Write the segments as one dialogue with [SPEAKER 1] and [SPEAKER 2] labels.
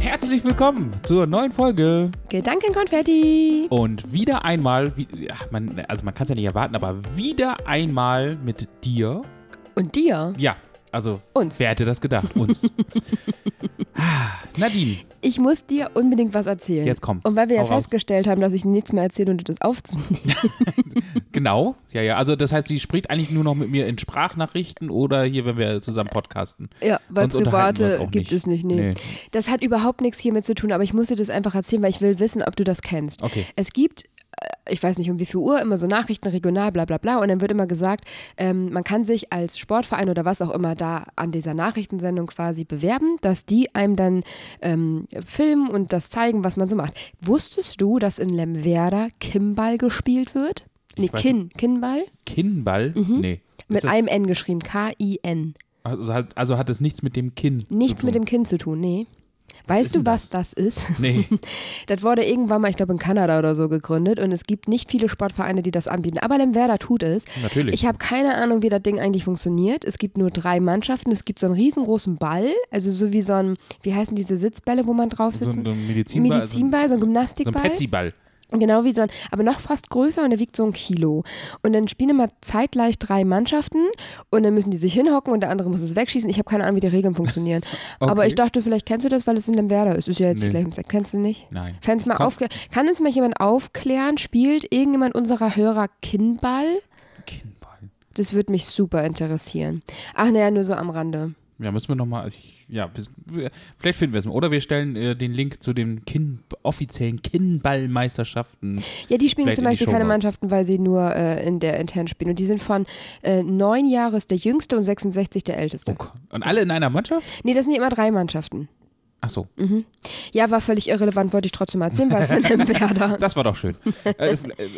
[SPEAKER 1] Herzlich willkommen zur neuen Folge.
[SPEAKER 2] Gedankenkonfetti.
[SPEAKER 1] Und wieder einmal, wie, ja, man, also man kann es ja nicht erwarten, aber wieder einmal mit dir.
[SPEAKER 2] Und dir.
[SPEAKER 1] Ja, also
[SPEAKER 2] Uns.
[SPEAKER 1] wer hätte das gedacht? Uns. Ah, Nadine,
[SPEAKER 2] Ich muss dir unbedingt was erzählen.
[SPEAKER 1] jetzt kommt's.
[SPEAKER 2] Und weil wir ja
[SPEAKER 1] Hau raus.
[SPEAKER 2] festgestellt haben, dass ich nichts mehr erzähle und das aufzunehmen.
[SPEAKER 1] Genau, ja, ja. Also das heißt, sie spricht eigentlich nur noch mit mir in Sprachnachrichten oder hier, wenn wir zusammen podcasten.
[SPEAKER 2] Ja, weil
[SPEAKER 1] Sonst unterhalten wir uns
[SPEAKER 2] private
[SPEAKER 1] auch
[SPEAKER 2] gibt
[SPEAKER 1] nicht.
[SPEAKER 2] es nicht. Nee.
[SPEAKER 1] Nee.
[SPEAKER 2] Das hat überhaupt nichts hiermit zu tun, aber ich muss dir das einfach erzählen, weil ich will wissen, ob du das kennst.
[SPEAKER 1] Okay.
[SPEAKER 2] Es gibt, äh, ich weiß nicht um wie viel Uhr, immer so Nachrichten regional, bla bla bla. Und dann wird immer gesagt, ähm, man kann sich als Sportverein oder was auch immer da an dieser Nachrichtensendung quasi bewerben, dass die einem dann ähm, filmen und das zeigen, was man so macht. Wusstest du, dass in Lemwerder Kimball gespielt wird? Nee,
[SPEAKER 1] weiß
[SPEAKER 2] Kin, Kinball?
[SPEAKER 1] Kinnball? Nee. Ist
[SPEAKER 2] Mhm.
[SPEAKER 1] das-
[SPEAKER 2] Mit einem N geschrieben, K-I-N.
[SPEAKER 1] also, hat, also hat es nichts mit dem Kinn
[SPEAKER 2] Nichts
[SPEAKER 1] zu
[SPEAKER 2] mit
[SPEAKER 1] tun.
[SPEAKER 2] dem Kinn zu tun, nee. Weißt
[SPEAKER 1] ist
[SPEAKER 2] du,
[SPEAKER 1] denn
[SPEAKER 2] was das ist?
[SPEAKER 1] Nee.
[SPEAKER 2] Das wurde irgendwann mal, ich glaube, in Kanada oder so gegründet und es gibt nicht viele Sportvereine, die das anbieten. Aber Lemwerder tut es.
[SPEAKER 1] Natürlich.
[SPEAKER 2] Ich habe keine Ahnung, wie das Ding eigentlich funktioniert. Es gibt nur drei Mannschaften. Es gibt so einen riesengroßen Ball, also so wie so ein, wie heißen diese Sitzbälle, wo man drauf
[SPEAKER 1] So
[SPEAKER 2] sitzt?
[SPEAKER 1] ein, so ein Medizinball. also ein-
[SPEAKER 2] Medizinball, so ein
[SPEAKER 1] So ein
[SPEAKER 2] Gymnastikball.
[SPEAKER 1] Petsyball.
[SPEAKER 2] Genau wie so ein, aber noch fast größer und der wiegt so ein Kilo. Und dann spielen immer zeitgleich drei Mannschaften und dann müssen die sich hinhocken und der andere muss es wegschießen. Ich habe keine Ahnung, wie die Regeln funktionieren. Aber
[SPEAKER 1] Okay.
[SPEAKER 2] ich dachte, vielleicht kennst du das, weil es in Lemberda ist. Ist ja jetzt
[SPEAKER 1] Nee.
[SPEAKER 2] gleich ums Eck. Kennst du nicht?
[SPEAKER 1] Nein.
[SPEAKER 2] Fans mal
[SPEAKER 1] Komm.
[SPEAKER 2] aufklären. Kann uns mal jemand aufklären? Spielt irgendjemand unserer Hörer Kinnball?
[SPEAKER 1] Kinnball.
[SPEAKER 2] Das würde mich super interessieren. Ach naja, nur so am Rande.
[SPEAKER 1] Ja, müssen wir nochmal. Ja, wir- vielleicht finden wir es mal. Oder wir stellen äh, den Link zu den Kinn, offiziellen Kinnballmeisterschaften.
[SPEAKER 2] Ja, die spielen
[SPEAKER 1] Vielleicht
[SPEAKER 2] zum
[SPEAKER 1] in die
[SPEAKER 2] Beispiel keine
[SPEAKER 1] Showbox.
[SPEAKER 2] Mannschaften, weil sie nur äh, in der internen spielen. Und die sind von äh, neun Jahres der Jüngste und 66 der Älteste.
[SPEAKER 1] Oh Gott. Und alle in einer Mannschaft?
[SPEAKER 2] Nee, das sind ja immer drei Mannschaften.
[SPEAKER 1] Ach so,
[SPEAKER 2] Ja, war völlig irrelevant, wollte ich trotzdem mal erzählen, weil es mit einem Werder.
[SPEAKER 1] das war doch schön. äh, f- äh,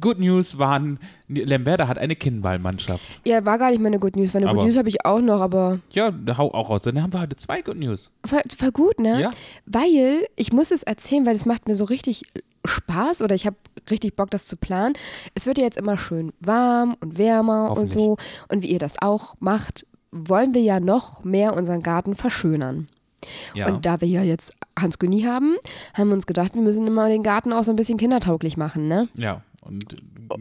[SPEAKER 1] Good News waren, Lemberda hat eine Kinnballmannschaft.
[SPEAKER 2] Ja, war gar nicht meine Good News. Meine
[SPEAKER 1] Aber-
[SPEAKER 2] Good News habe ich auch noch, aber
[SPEAKER 1] Ja, da hau auch raus. Dann haben wir heute zwei Good News.
[SPEAKER 2] war, war gut, ne?
[SPEAKER 1] Ja.
[SPEAKER 2] Weil, ich muss es erzählen, weil es macht mir so richtig Spaß oder ich habe richtig Bock, das zu planen. Es wird ja jetzt immer schön warm und wärmer und
[SPEAKER 1] Hoffentlich.
[SPEAKER 2] so. Und wie ihr das auch macht, wollen wir ja noch mehr unseren Garten verschönern.
[SPEAKER 1] Ja.
[SPEAKER 2] Und da wir ja jetzt Hans Güni haben, haben wir uns gedacht, wir müssen immer den Garten auch so ein bisschen kindertauglich machen, ne?
[SPEAKER 1] ja. Und,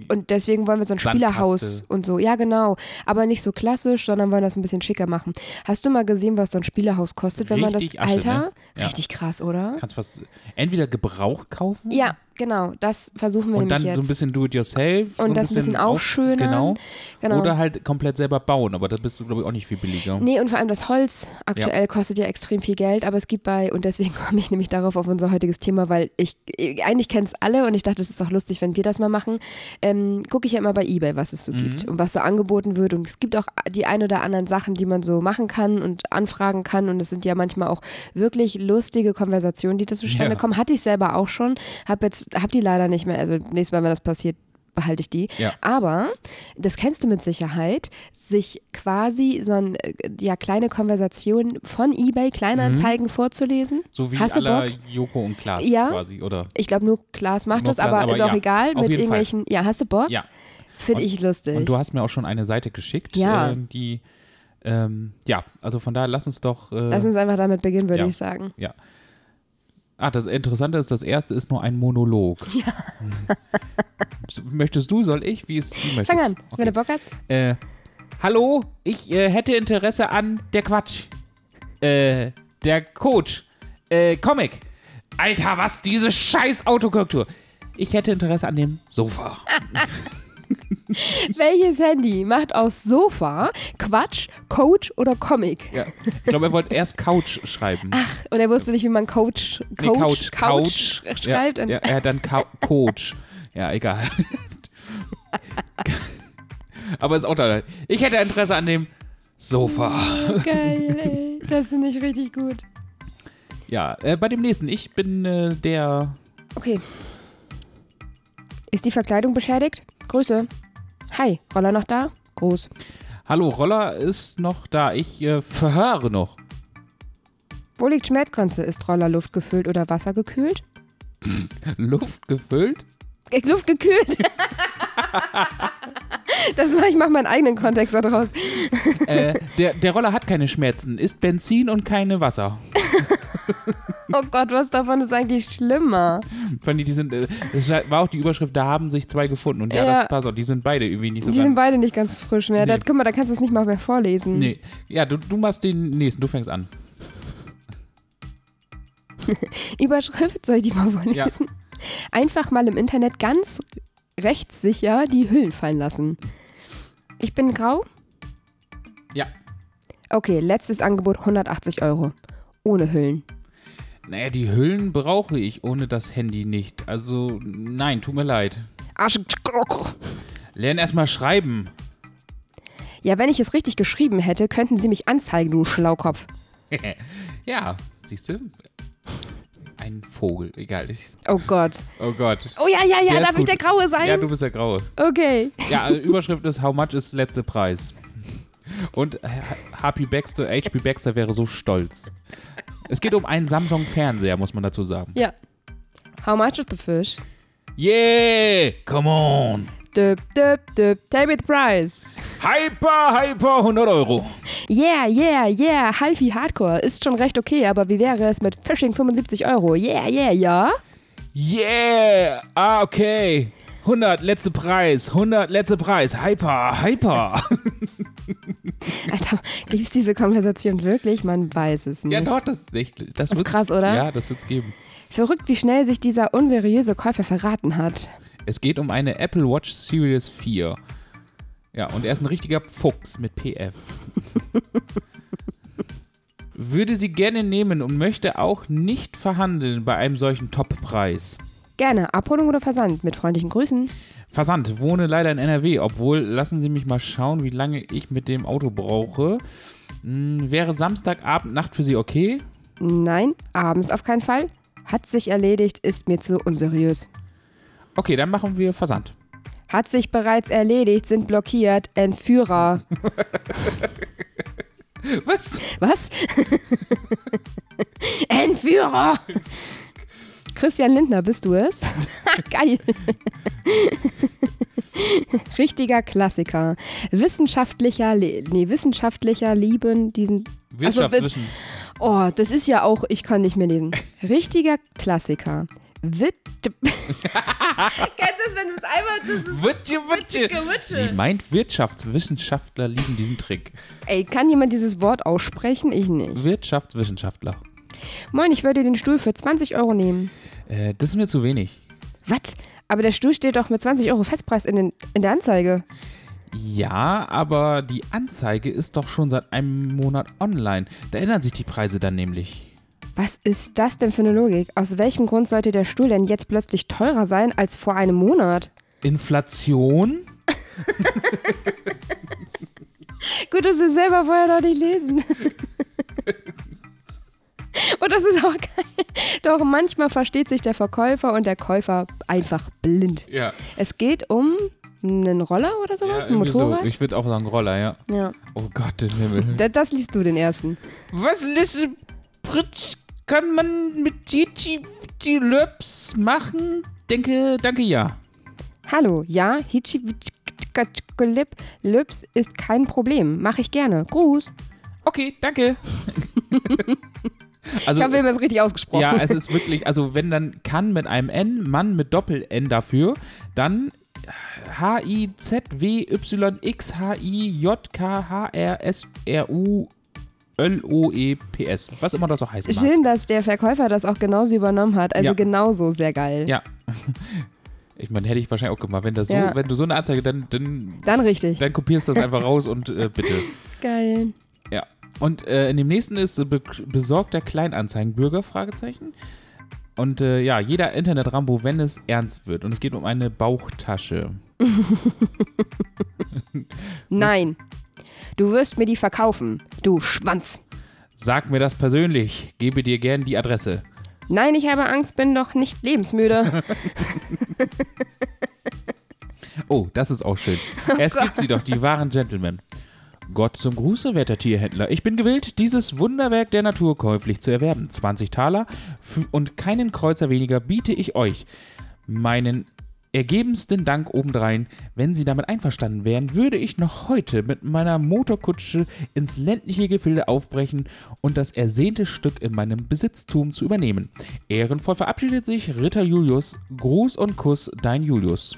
[SPEAKER 2] Und deswegen wollen wir so ein
[SPEAKER 1] Sandkaste.
[SPEAKER 2] Spielerhaus und so. Ja, genau. Aber nicht so klassisch, sondern wollen das ein bisschen schicker machen. Hast du mal gesehen, was so ein Spielerhaus kostet, wenn man das
[SPEAKER 1] Richtig Asche,
[SPEAKER 2] Alter?
[SPEAKER 1] ne? Ja.
[SPEAKER 2] Richtig krass, oder?
[SPEAKER 1] kannst was entweder Gebrauch kaufen.
[SPEAKER 2] Ja, genau. Das versuchen wir
[SPEAKER 1] Und dann
[SPEAKER 2] nämlich
[SPEAKER 1] so ein
[SPEAKER 2] jetzt.
[SPEAKER 1] bisschen do it yourself. so
[SPEAKER 2] und das ein bisschen
[SPEAKER 1] auf-
[SPEAKER 2] aufschönern.
[SPEAKER 1] Genau.
[SPEAKER 2] Genau.
[SPEAKER 1] Oder halt komplett selber bauen, aber da bist du, glaube ich, auch nicht viel billiger.
[SPEAKER 2] Nee, und vor allem das Holz aktuell kostet ja extrem viel Geld, aber es gibt bei, und deswegen komme ich nämlich darauf auf unser heutiges Thema, weil ich, eigentlich kennen es alle und ich dachte, es ist auch lustig, wenn wir das mal machen, ähm, gucke ich ja immer bei Ebay, was es so gibt und was so angeboten wird und es gibt auch die ein oder anderen Sachen, die man so machen kann und anfragen kann und es sind ja manchmal auch wirklich lustige Konversationen, die da zustande
[SPEAKER 1] Ja.
[SPEAKER 2] kommen. Hatte ich selber auch schon, habe jetzt, habe die leider nicht mehr, also nächstes Mal, wenn das passiert, behalte ich die.
[SPEAKER 1] Ja.
[SPEAKER 2] Aber, das kennst du mit Sicherheit, sich quasi so ein, äh, ja, kleine Konversation von eBay, Kleinanzeigen vorzulesen.
[SPEAKER 1] Mhm. So wie
[SPEAKER 2] Hast du
[SPEAKER 1] aller
[SPEAKER 2] Bock?
[SPEAKER 1] Joko und Klaas
[SPEAKER 2] Ja.
[SPEAKER 1] quasi, oder?
[SPEAKER 2] Ich glaube, nur Klaas macht
[SPEAKER 1] Nur
[SPEAKER 2] das,
[SPEAKER 1] Klaas,
[SPEAKER 2] aber,
[SPEAKER 1] aber
[SPEAKER 2] ist auch
[SPEAKER 1] ja,
[SPEAKER 2] egal.
[SPEAKER 1] auf
[SPEAKER 2] Mit
[SPEAKER 1] jeden Fall.
[SPEAKER 2] irgendwelchen, ja, hast du Bock?
[SPEAKER 1] Ja.
[SPEAKER 2] Finde
[SPEAKER 1] Und-
[SPEAKER 2] ich lustig.
[SPEAKER 1] Und du hast mir auch schon eine Seite geschickt,
[SPEAKER 2] Ja.
[SPEAKER 1] äh, die, ähm, ja, also von daher lass uns doch. Äh,
[SPEAKER 2] Lass uns einfach damit beginnen, würde
[SPEAKER 1] Ja.
[SPEAKER 2] ich sagen.
[SPEAKER 1] ja. Ah, das Interessante ist, das erste ist nur ein Monolog. Ja. möchtest du, soll ich? Wie ist wie möchtest
[SPEAKER 2] Fang an,
[SPEAKER 1] du?
[SPEAKER 2] wenn
[SPEAKER 1] Okay.
[SPEAKER 2] du Bock hast.
[SPEAKER 1] Äh, hallo, ich äh, hätte Interesse an der Quatsch. Äh, der Coach. Äh, Comic. Alter, was diese scheiß Autokorrektur. Ich hätte Interesse an dem Sofa.
[SPEAKER 2] Welches Handy macht aus Sofa Quatsch, Coach oder Comic?
[SPEAKER 1] Ja. Ich glaube, er wollte erst Couch schreiben.
[SPEAKER 2] Ach, und er wusste nicht, wie man Coach, Coach,
[SPEAKER 1] Nee,
[SPEAKER 2] Ah, Couch,
[SPEAKER 1] Couch.
[SPEAKER 2] sch- schreibt.
[SPEAKER 1] Ja,
[SPEAKER 2] und-
[SPEAKER 1] ja, er hat dann Cou- Coach. Ja, egal. Aber ist auch da. Ich hätte Interesse an dem Sofa.
[SPEAKER 2] "Ah, Geil, ey. Das finde ich richtig gut.
[SPEAKER 1] Ja, äh, bei dem nächsten. Ich bin äh, der.
[SPEAKER 2] Okay. Ist die Verkleidung beschädigt? Grüße. Hi, Roller noch da? Groß.
[SPEAKER 1] Hallo, Roller ist noch da. Ich äh, verhöre noch.
[SPEAKER 2] Wo liegt Schmerzgrenze? Ist Roller Luft gefüllt oder Wasser gekühlt?
[SPEAKER 1] Luft gefüllt?
[SPEAKER 2] Äh, Luft gekühlt. das war, ich mache meinen eigenen Kontext daraus.
[SPEAKER 1] Äh, der, der Roller hat keine Schmerzen, isst Benzin und keine Wasser.
[SPEAKER 2] Oh Gott, was davon ist eigentlich schlimmer?
[SPEAKER 1] Fand ich, die sind, äh, es war auch die Überschrift, da haben sich zwei gefunden. Und ja,
[SPEAKER 2] Ja.
[SPEAKER 1] das passt auch. Die sind beide irgendwie nicht so
[SPEAKER 2] Die
[SPEAKER 1] ganz.
[SPEAKER 2] sind beide nicht ganz frisch mehr.
[SPEAKER 1] Nee.
[SPEAKER 2] Das, guck mal, da kannst du es nicht mal mehr vorlesen.
[SPEAKER 1] nee. Ja, du, du machst den nächsten, du fängst an.
[SPEAKER 2] Überschrift, soll ich die mal vorlesen?
[SPEAKER 1] Ja.
[SPEAKER 2] Einfach mal im Internet ganz rechtssicher die Hüllen fallen lassen. Ich bin grau.
[SPEAKER 1] Ja.
[SPEAKER 2] Okay, letztes Angebot 180 Euro. Ohne Hüllen.
[SPEAKER 1] Naja, die Hüllen brauche ich ohne das Handy nicht. Also, nein, tut mir leid.
[SPEAKER 2] Arsch.
[SPEAKER 1] Lern erstmal schreiben.
[SPEAKER 2] Ja, wenn ich es richtig geschrieben hätte, könnten sie mich anzeigen, du Schlaukopf.
[SPEAKER 1] ja, siehst du? Ein Vogel, egal. Ich,
[SPEAKER 2] Oh Gott.
[SPEAKER 1] oh Gott.
[SPEAKER 2] Oh ja, ja, ja,
[SPEAKER 1] Der ist
[SPEAKER 2] darf ich
[SPEAKER 1] gut.
[SPEAKER 2] der Graue sein?
[SPEAKER 1] Ja, du bist der Graue.
[SPEAKER 2] okay.
[SPEAKER 1] Ja, also Überschrift ist How much is letzter Preis? Und HP Baxter, HP Baxter wäre so stolz. Es geht um einen Samsung-Fernseher, muss man dazu sagen.
[SPEAKER 2] Ja. How much is the fish?
[SPEAKER 1] Yeah! Come on!
[SPEAKER 2] Döp, döp, döp. Tell me the price.
[SPEAKER 1] Hyper, hyper, 100 Euro.
[SPEAKER 2] Yeah, yeah, yeah. Halfi Hardcore ist schon recht okay, aber wie wäre es mit Fishing 75 Euro? Yeah, yeah, ja.
[SPEAKER 1] Yeah! Ah, okay. 100, letzter Preis. 100, letzter Preis. Hyper, hyper.
[SPEAKER 2] Alter, gibt es diese Konversation wirklich? Man weiß es nicht.
[SPEAKER 1] Ja, doch, das, ich, das
[SPEAKER 2] Ist
[SPEAKER 1] wird's-
[SPEAKER 2] krass, oder?
[SPEAKER 1] Ja, das wird's geben.
[SPEAKER 2] Verrückt, wie schnell sich dieser unseriöse Käufer verraten hat.
[SPEAKER 1] Es geht um eine Apple Watch Series 4. Ja, und er ist ein richtiger Fuchs mit PF. Würde sie gerne nehmen und möchte auch nicht verhandeln bei einem solchen Top-Preis.
[SPEAKER 2] Gerne. Abholung oder Versand? Mit freundlichen Grüßen.
[SPEAKER 1] Versand, wohne leider in NRW, obwohl, lassen Sie mich mal schauen, wie lange ich mit dem Auto brauche. Hm, wäre Samstagabend, Nacht für Sie okay?
[SPEAKER 2] Nein, abends auf keinen Fall. Hat sich erledigt, ist mir zu unseriös.
[SPEAKER 1] Okay, dann machen wir Versand.
[SPEAKER 2] Hat sich bereits erledigt, sind blockiert, Entführer.
[SPEAKER 1] Was?
[SPEAKER 2] Was? Entführer! Christian Lindner, bist du es? Geil! Richtiger Klassiker. Wissenschaftlicher, Le nee, wissenschaftlicher lieben diesen. wir-
[SPEAKER 1] Wirtschaftswischen.
[SPEAKER 2] Oh, das ist ja auch, ich kann nicht mehr lesen. Richtiger Klassiker. Wit Kennst du das, wenn du es einmal. Das ist,
[SPEAKER 1] Witsche, witsche.
[SPEAKER 2] Witschige Witsche.
[SPEAKER 1] Sie meint, Wirtschaftswissenschaftler lieben diesen Trick.
[SPEAKER 2] ey, kann jemand dieses Wort aussprechen? Ich nicht.
[SPEAKER 1] Wirtschaftswissenschaftler.
[SPEAKER 2] Moin, ich würde den Stuhl für 20 Euro nehmen.
[SPEAKER 1] Äh, das ist mir zu wenig.
[SPEAKER 2] Was? Aber der Stuhl steht doch mit 20 Euro Festpreis in, den, in der Anzeige.
[SPEAKER 1] Ja, aber die Anzeige ist doch schon seit einem Monat online. Da ändern sich die Preise dann nämlich.
[SPEAKER 2] Was ist das denn für eine Logik? Aus welchem Grund sollte der Stuhl denn jetzt plötzlich teurer sein als vor einem Monat?
[SPEAKER 1] Inflation?
[SPEAKER 2] Gut, dass sie selber vorher noch nicht lesen. Und das ist auch geil. Doch manchmal versteht sich der Verkäufer und der Käufer einfach blind.
[SPEAKER 1] Ja.
[SPEAKER 2] Es geht um einen Roller oder sowas, ein Motorrad.
[SPEAKER 1] So. Ich würde auch sagen Roller, ja.
[SPEAKER 2] ja.
[SPEAKER 1] Oh Gott, den Himmel.
[SPEAKER 2] Das, das liest du den ersten.
[SPEAKER 1] Was Lisse Pritsch kann man mit Chichi die Löps machen? Denke, danke ja.
[SPEAKER 2] Hallo, ja, Hitchikatschkolip, Lips ist kein Problem. Mache ich gerne. Gruß.
[SPEAKER 1] Okay, danke. also,
[SPEAKER 2] Ich habe immer das richtig ausgesprochen.
[SPEAKER 1] Ja, es ist wirklich, also wenn dann kann mit einem N, Mann mit Doppel-N dafür, dann H-I-Z-W-Y-X-H-I-J-K-H-R-S-R-U. L-O-E-P-S. E Was immer das auch heißt. mag.
[SPEAKER 2] Schön, dass der Verkäufer das auch genauso übernommen hat. Also
[SPEAKER 1] Ja.
[SPEAKER 2] genauso sehr geil.
[SPEAKER 1] Ja. Ich meine, hätte ich wahrscheinlich auch gemacht. Wenn, das so,
[SPEAKER 2] Ja.
[SPEAKER 1] wenn du so eine Anzeige, dann, dann,
[SPEAKER 2] Dann richtig.
[SPEAKER 1] dann kopierst du das einfach raus und äh, bitte.
[SPEAKER 2] Geil.
[SPEAKER 1] Ja. Und äh, in dem nächsten ist äh, be besorgter Kleinanzeigenbürger, Fragezeichen. Und äh, ja, jeder Internet-Rambo, wenn es ernst wird. Und es geht um eine Bauchtasche.
[SPEAKER 2] Nein. Du wirst mir die verkaufen. Du Schwanz.
[SPEAKER 1] Sag mir das persönlich. Gebe dir gern die Adresse.
[SPEAKER 2] Nein, ich habe Angst, bin doch nicht lebensmüde.
[SPEAKER 1] Oh, das ist auch schön. es gibt sie doch, die wahren Gentlemen. Gott zum Gruße, werter Tierhändler. Ich bin gewillt, dieses Wunderwerk der Natur käuflich zu erwerben. 20 Taler f- und keinen Kreuzer weniger biete ich euch. Meinen ergebensten Dank obendrein. Wenn Sie damit einverstanden wären, würde ich noch heute mit meiner Motorkutsche ins ländliche Gefilde aufbrechen und das ersehnte Stück in meinem Besitztum zu übernehmen. Ehrenvoll verabschiedet sich Ritter Julius. Gruß und Kuss, dein Julius.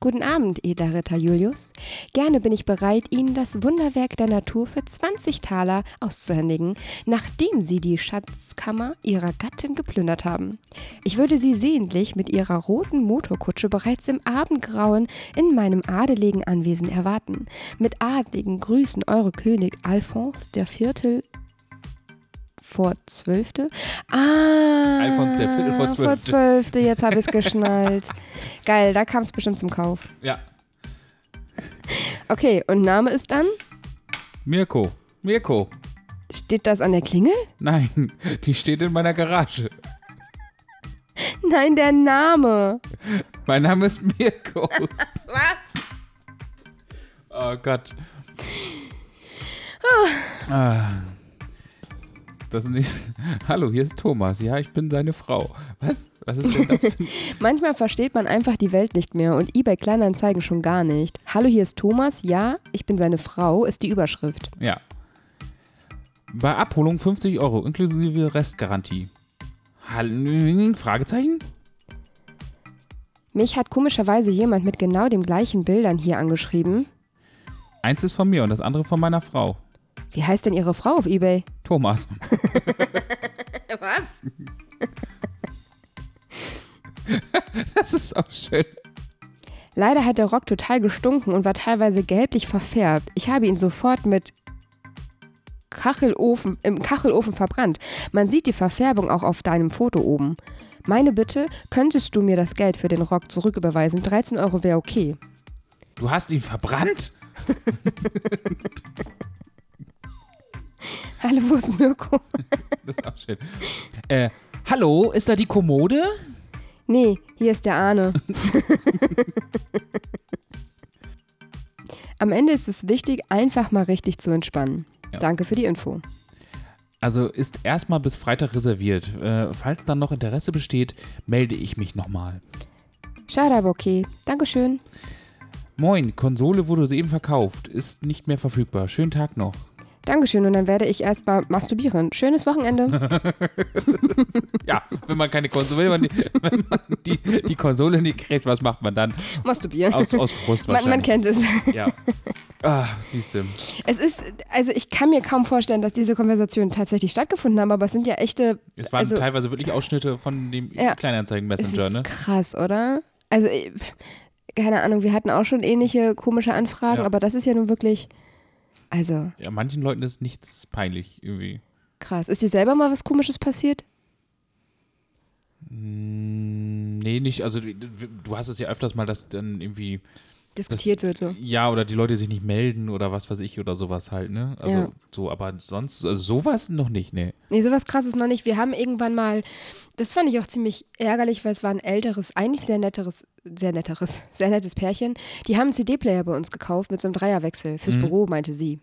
[SPEAKER 2] Guten Abend, edler Ritter Julius. Gerne bin ich bereit, Ihnen das Wunderwerk der Natur für 20 Taler auszuhändigen, nachdem Sie die Schatzkammer Ihrer Gattin geplündert haben. Ich würde Sie sehentlich mit Ihrer roten Motorkutsche bereits im Abendgrauen in meinem adeligen Anwesen erwarten. Mit adligen Grüßen, Eure König Alphons der Viertel vor Zwölfte. Ah,
[SPEAKER 1] Alfons der Viertel vor Zwölfte.
[SPEAKER 2] Zwölfte, jetzt habe ich es geschnallt. Geil, da kam es bestimmt zum Kauf.
[SPEAKER 1] Ja,
[SPEAKER 2] Okay, und Name ist dann?
[SPEAKER 1] Mirko. Mirko.
[SPEAKER 2] Steht das an der Klingel?
[SPEAKER 1] Nein, die steht in meiner Garage.
[SPEAKER 2] Nein, der Name.
[SPEAKER 1] Mein Name ist Mirko.
[SPEAKER 2] Was?
[SPEAKER 1] Oh Gott. Ah. Das sind nicht. Hallo, hier ist Thomas. Ja, ich bin seine Frau. Was? Was ist denn das? Für
[SPEAKER 2] Manchmal versteht man einfach die Welt nicht mehr und eBay Kleinanzeigen schon gar nicht. Hallo, hier ist Thomas. Ja, ich bin seine Frau, ist die Überschrift.
[SPEAKER 1] ja. Bei Abholung 50 Euro inklusive Restgarantie. Hallo? Fragezeichen?
[SPEAKER 2] Mich hat komischerweise jemand mit genau den gleichen Bildern hier angeschrieben.
[SPEAKER 1] Eins ist von mir und das andere von meiner Frau.
[SPEAKER 2] Wie heißt denn Ihre Frau auf eBay?
[SPEAKER 1] Thomas.
[SPEAKER 2] Was?
[SPEAKER 1] Das ist auch schön.
[SPEAKER 2] Leider hat der Rock total gestunken und war teilweise gelblich verfärbt. Ich habe ihn sofort mit Kachelofen, im Kachelofen verbrannt. Man sieht die Verfärbung auch auf deinem Foto oben. Meine Bitte, könntest du mir das Geld für den Rock zurücküberweisen? 13 Euro wäre okay.
[SPEAKER 1] Du hast ihn verbrannt?
[SPEAKER 2] Hallo, wo ist Mirko?
[SPEAKER 1] Das ist auch schön. Äh, hallo, ist da die Kommode?
[SPEAKER 2] Nee, hier ist der Ahne. Am Ende ist es wichtig, einfach mal richtig zu entspannen.
[SPEAKER 1] Ja.
[SPEAKER 2] Danke für die Info.
[SPEAKER 1] Also ist erstmal bis Freitag reserviert. Äh, falls dann noch Interesse besteht, melde ich mich nochmal.
[SPEAKER 2] Schade, aber okay. Dankeschön.
[SPEAKER 1] Moin, Konsole wurde soeben verkauft. Ist nicht mehr verfügbar. Schönen Tag noch.
[SPEAKER 2] Dankeschön und dann werde ich erstmal masturbieren. Schönes Wochenende.
[SPEAKER 1] Ja, wenn man keine Konsole, wenn man die, wenn man die, die Konsole nicht kriegt, was macht man dann?
[SPEAKER 2] masturbieren.
[SPEAKER 1] Aus, aus Frust
[SPEAKER 2] man, man
[SPEAKER 1] wahrscheinlich.
[SPEAKER 2] kennt es.
[SPEAKER 1] ja. Ah, siehst du.
[SPEAKER 2] Es ist, also ich kann mir kaum vorstellen, dass diese Konversationen tatsächlich stattgefunden haben, aber es sind ja echte,
[SPEAKER 1] Es waren
[SPEAKER 2] Also-
[SPEAKER 1] teilweise wirklich Ausschnitte von dem
[SPEAKER 2] Ja. es
[SPEAKER 1] Kleinanzeigen-Messenger,
[SPEAKER 2] ist
[SPEAKER 1] ne?
[SPEAKER 2] krass, oder? Also, ich- keine Ahnung, wir hatten auch schon ähnliche komische Anfragen,
[SPEAKER 1] Ja.
[SPEAKER 2] aber das ist ja nun wirklich, also
[SPEAKER 1] Ja, manchen Leuten ist nichts peinlich irgendwie.
[SPEAKER 2] krass. Ist dir selber mal was Komisches passiert?
[SPEAKER 1] Nee, nicht. Also du- du hast es ja öfters mal, dass dann irgendwie,
[SPEAKER 2] Diskutiert wird so.
[SPEAKER 1] ja, oder die Leute sich nicht melden oder was weiß ich oder sowas halt, ne? Also
[SPEAKER 2] Ja.
[SPEAKER 1] so, aber sonst, also sowas noch nicht, ne?
[SPEAKER 2] Nee, sowas krasses noch nicht. Wir haben irgendwann mal, das fand ich auch ziemlich ärgerlich, weil es war ein älteres, eigentlich sehr netteres, sehr netteres, sehr nettes Pärchen. Die haben einen CD-Player bei uns gekauft mit so einem Dreierwechsel fürs Büro, meinte sie.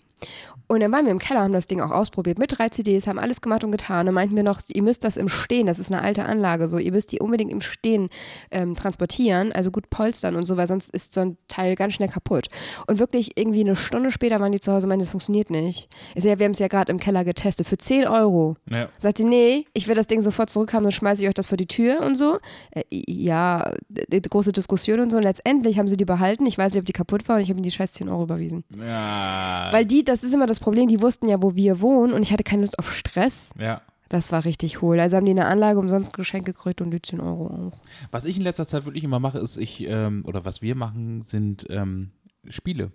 [SPEAKER 2] Und dann waren wir im Keller, haben das Ding auch ausprobiert mit drei CDs, haben alles gemacht und getan. Dann meinten wir noch, ihr müsst das im Stehen, das ist eine alte Anlage, so ihr müsst die unbedingt im Stehen ähm, transportieren, also gut polstern und so, weil sonst ist so ein Teil ganz schnell kaputt. Und wirklich irgendwie eine Stunde später waren die zu Hause und meinten, das funktioniert nicht. Ich so, ja, wir haben es ja gerade im Keller getestet für 10 Euro.
[SPEAKER 1] Ja.
[SPEAKER 2] Sagt sie, nee, ich will das Ding sofort zurückhaben, dann schmeiße ich euch das vor die Tür und so. Äh, ja, d- d- große Diskussion und so. Und letztendlich haben sie die behalten. Ich weiß nicht, ob die kaputt waren. Ich habe ihnen die scheiß 10 Euro überwiesen.
[SPEAKER 1] Ja.
[SPEAKER 2] Weil die, das ist immer das Problem, die wussten ja, wo wir wohnen und ich hatte keine Lust auf Stress.
[SPEAKER 1] ja.
[SPEAKER 2] Das war richtig hohl. Also haben die eine Anlage umsonst Geschenke gekriegt und die 10 Euro auch.
[SPEAKER 1] Was ich in letzter Zeit wirklich immer mache, ist ich, ähm, oder was wir machen, sind ähm, Spiele.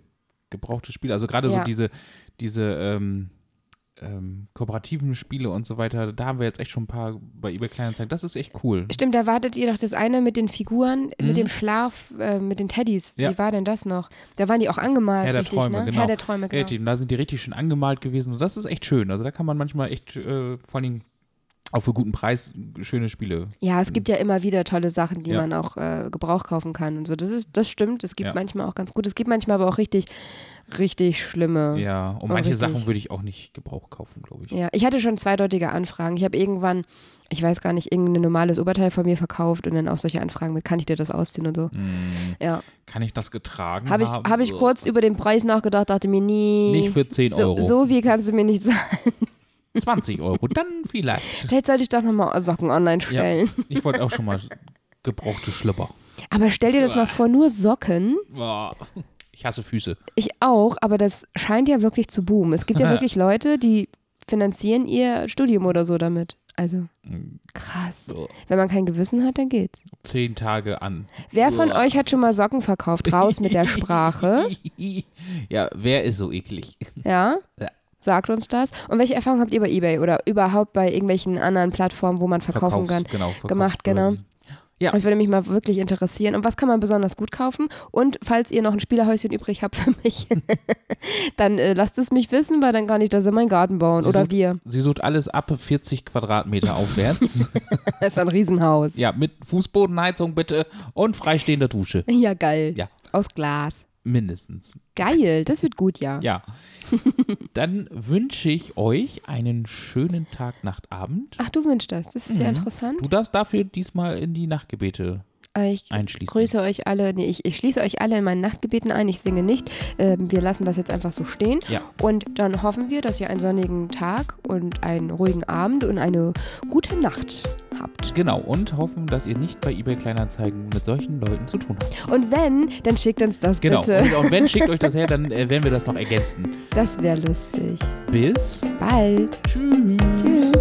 [SPEAKER 1] Gebrauchte Spiele. Also gerade so
[SPEAKER 2] Ja.
[SPEAKER 1] diese, diese ähm, ähm, kooperativen Spiele und so weiter. Da haben wir jetzt echt schon ein paar bei eBay Kleinanzeigen. Das ist echt cool.
[SPEAKER 2] Stimmt, da wartet ihr doch das eine mit den Figuren, mit dem Schlaf, äh, mit den Teddys.
[SPEAKER 1] Mhm. Ja.
[SPEAKER 2] Wie war denn das noch? Da waren die auch angemalt,
[SPEAKER 1] Herr der
[SPEAKER 2] richtig,
[SPEAKER 1] Träume,
[SPEAKER 2] ne?
[SPEAKER 1] genau.
[SPEAKER 2] Herr der Träume, genau.
[SPEAKER 1] Richtig, und da sind die richtig schön angemalt gewesen. Und das ist echt schön. Also da kann man manchmal echt, äh, vor allem, Auch für guten Preis schöne Spiele.
[SPEAKER 2] Ja, es gibt ja immer wieder tolle Sachen, die
[SPEAKER 1] Mhm. Ja.
[SPEAKER 2] man auch äh, Gebrauch kaufen kann und so. Das ist, das stimmt. Es gibt
[SPEAKER 1] Ja.
[SPEAKER 2] manchmal auch ganz gut. Es gibt manchmal aber auch richtig, richtig schlimme.
[SPEAKER 1] Ja, und
[SPEAKER 2] Oh,
[SPEAKER 1] manche
[SPEAKER 2] richtig.
[SPEAKER 1] Sachen würde ich auch nicht Gebrauch kaufen, glaube ich.
[SPEAKER 2] Ja, ich hatte schon zweideutige Anfragen. Ich habe irgendwann, ich weiß gar nicht, irgendein normales Oberteil von mir verkauft und dann auch solche Anfragen mit, kann ich dir das ausziehen und so.
[SPEAKER 1] Mhm.
[SPEAKER 2] Ja,
[SPEAKER 1] Hm, Kann ich das getragen
[SPEAKER 2] habe ich,
[SPEAKER 1] haben?
[SPEAKER 2] hab ich kurz über den Preis nachgedacht, dachte mir, nie.
[SPEAKER 1] Nicht für 10
[SPEAKER 2] so,
[SPEAKER 1] Euro.
[SPEAKER 2] So wie kannst du mir nicht sagen.
[SPEAKER 1] 20 Euro, dann vielleicht.
[SPEAKER 2] Vielleicht sollte ich doch nochmal Socken online
[SPEAKER 1] Ja,
[SPEAKER 2] stellen.
[SPEAKER 1] ich wollte auch schon mal gebrauchte Schlüpper.
[SPEAKER 2] Aber stell dir das mal vor, nur Socken.
[SPEAKER 1] Boah. Ich hasse Füße.
[SPEAKER 2] Ich auch, aber das scheint ja wirklich zu boomen. Es gibt ja wirklich Leute, die finanzieren ihr Studium oder so damit. Also krass.
[SPEAKER 1] So.
[SPEAKER 2] Wenn man kein Gewissen hat, dann geht's.
[SPEAKER 1] Zehn Tage an.
[SPEAKER 2] Wer von
[SPEAKER 1] Uah.
[SPEAKER 2] euch hat schon mal Socken verkauft? Raus mit der Sprache.
[SPEAKER 1] Ja, wer ist so eklig?
[SPEAKER 2] Ja?
[SPEAKER 1] Ja.
[SPEAKER 2] Sagt uns das. Und welche Erfahrung habt ihr bei eBay oder überhaupt bei irgendwelchen anderen Plattformen, wo man verkaufen
[SPEAKER 1] Verkaufs-
[SPEAKER 2] kann?
[SPEAKER 1] Genau, Verkaufs-
[SPEAKER 2] gemacht, genau.
[SPEAKER 1] Ja.
[SPEAKER 2] Das würde mich mal wirklich interessieren. Und was kann man besonders gut kaufen? Und falls ihr noch ein Spielerhäuschen übrig habt für mich, dann äh, lasst es mich wissen, weil dann kann ich das in meinen Garten bauen.
[SPEAKER 1] Sie
[SPEAKER 2] Oder
[SPEAKER 1] sucht-
[SPEAKER 2] wir.
[SPEAKER 1] Sie sucht alles ab 40 Quadratmeter aufwärts.
[SPEAKER 2] Das ist ein Riesenhaus.
[SPEAKER 1] ja, mit Fußbodenheizung bitte und freistehender Dusche.
[SPEAKER 2] Ja, geil.
[SPEAKER 1] Ja.
[SPEAKER 2] Aus Glas.
[SPEAKER 1] Mindestens.
[SPEAKER 2] Geil, das wird gut, ja.
[SPEAKER 1] Ja. Dann wünsche ich euch einen schönen Tag, Nacht, Abend.
[SPEAKER 2] Ach, du wünschst das. Das ist
[SPEAKER 1] Mhm.
[SPEAKER 2] ja interessant.
[SPEAKER 1] Du darfst dafür diesmal in die Nachtgebete
[SPEAKER 2] Ah, Ich
[SPEAKER 1] einschließen.
[SPEAKER 2] grüße euch alle. Nee, ich, ich schließe euch alle in meinen Nachtgebeten ein. Ich singe nicht. Ähm, wir lassen das jetzt einfach so stehen.
[SPEAKER 1] Ja.
[SPEAKER 2] Und dann hoffen wir, dass ihr einen sonnigen Tag und einen ruhigen Abend und eine gute Nacht habt.
[SPEAKER 1] Genau, und hoffen, dass ihr nicht bei eBay Kleinanzeigen mit solchen Leuten zu tun habt.
[SPEAKER 2] Und wenn, dann schickt uns das
[SPEAKER 1] Genau.
[SPEAKER 2] bitte.
[SPEAKER 1] Und, und wenn, schickt euch das her, dann äh, werden wir das noch ergänzen.
[SPEAKER 2] Das wäre lustig.
[SPEAKER 1] Bis.
[SPEAKER 2] Bald.
[SPEAKER 1] Tschüss.
[SPEAKER 2] Tschüss.